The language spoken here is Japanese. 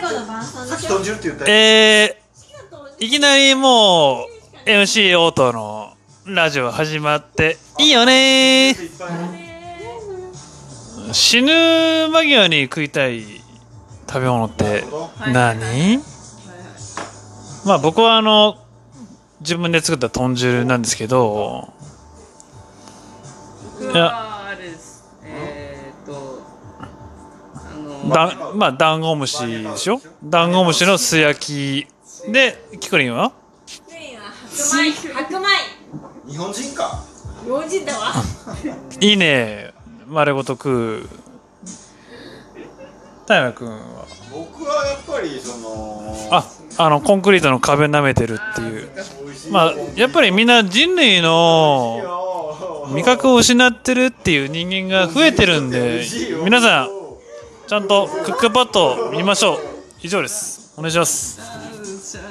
さっき豚汁って言ったよえー、いきなりもう MC オートのラジオ始まっていいよねーいっぱい死ぬ間際に食いたい食べ物ってはいはい何まあ僕はあの自分で作った豚汁なんですけど僕はあれです。えーっと、あの、だまあダンゴムシでしょダンゴムシの素焼きでキクリンは白米白米日本人か日本人だわいいね丸ごと食う田山君は僕はやっぱりそのああのコンクリートの壁舐めてるっていう美味しいまあやっぱりみんな人類の味覚を失ってるっていう人間が増えてるんで皆さんちゃんとクックパッドを見ましょう以上ですお願いしますあーそうそう